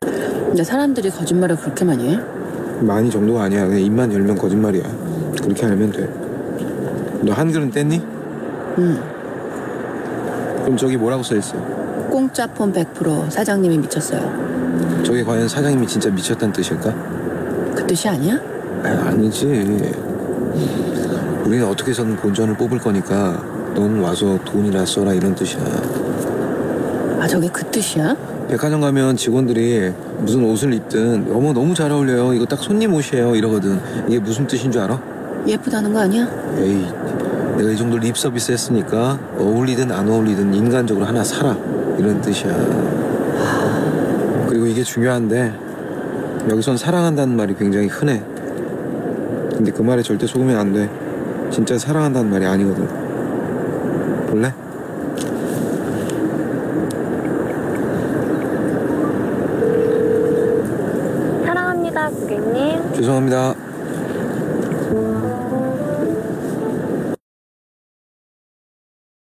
근데 사람들이 거짓말을 그렇게 많이 해? 많이 정도가 아니야. 그냥 입만 열면 거짓말이야. 그렇게 알면 돼. 너 한글은 뗐니? 응. 그럼 저기 뭐라고 써있어? 공짜폰 100% 사장님이 미쳤어요. 저게 과연 사장님이 진짜 미쳤다는 뜻일까? 그 뜻이 아니야? 아, 아니지. 우리는 어떻게 해서든 본전을 뽑을 거니까 넌 와서 돈이나 써라 이런 뜻이야. 아 저게 그 뜻이야? 백화점 가면 직원들이 무슨 옷을 입든 어머 너무 잘 어울려요. 이거 딱 손님 옷이에요. 이러거든. 이게 무슨 뜻인 줄 알아? 예쁘다는 거 아니야? 에이, 내가 이 정도 립 서비스 했으니까 어울리든 안 어울리든 인간적으로 하나 사라 이런 뜻이야. 그리고 이게 중요한데 여기선 사랑한다는 말이 굉장히 흔해. 근데 그 말에 절대 속으면 안 돼. 진짜 사랑한다는 말이 아니거든. 볼래? 사랑합니다, 고객님. 죄송합니다.